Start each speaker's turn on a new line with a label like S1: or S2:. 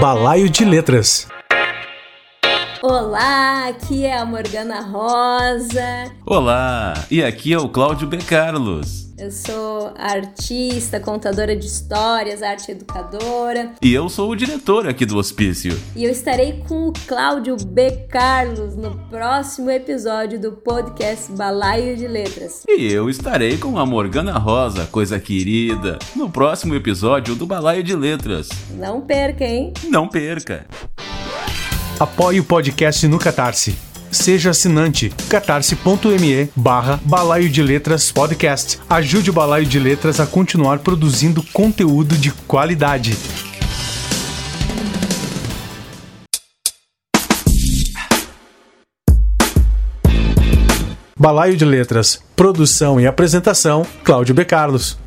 S1: Balaio de Letras.
S2: Olá, aqui é a Morgana Rosa.
S3: Olá, e aqui é o Cláudio B. Carlos.
S2: Eu sou artista, contadora de histórias, arte educadora.
S3: E eu sou o diretor aqui do hospício.
S2: E eu estarei com o Cláudio B. Carlos no próximo episódio do podcast Balaio de Letras.
S3: E eu estarei com a Morgana Rosa, coisa querida, no próximo episódio do Balaio de Letras.
S2: Não perca, hein?
S3: Não perca!
S1: Apoie o podcast no Catarse. Seja assinante catarse.me barra balaio de letras podcast. Ajude o Balaio de Letras a continuar produzindo conteúdo de qualidade. Balaio de Letras, produção e apresentação, Cláudio B. Carlos.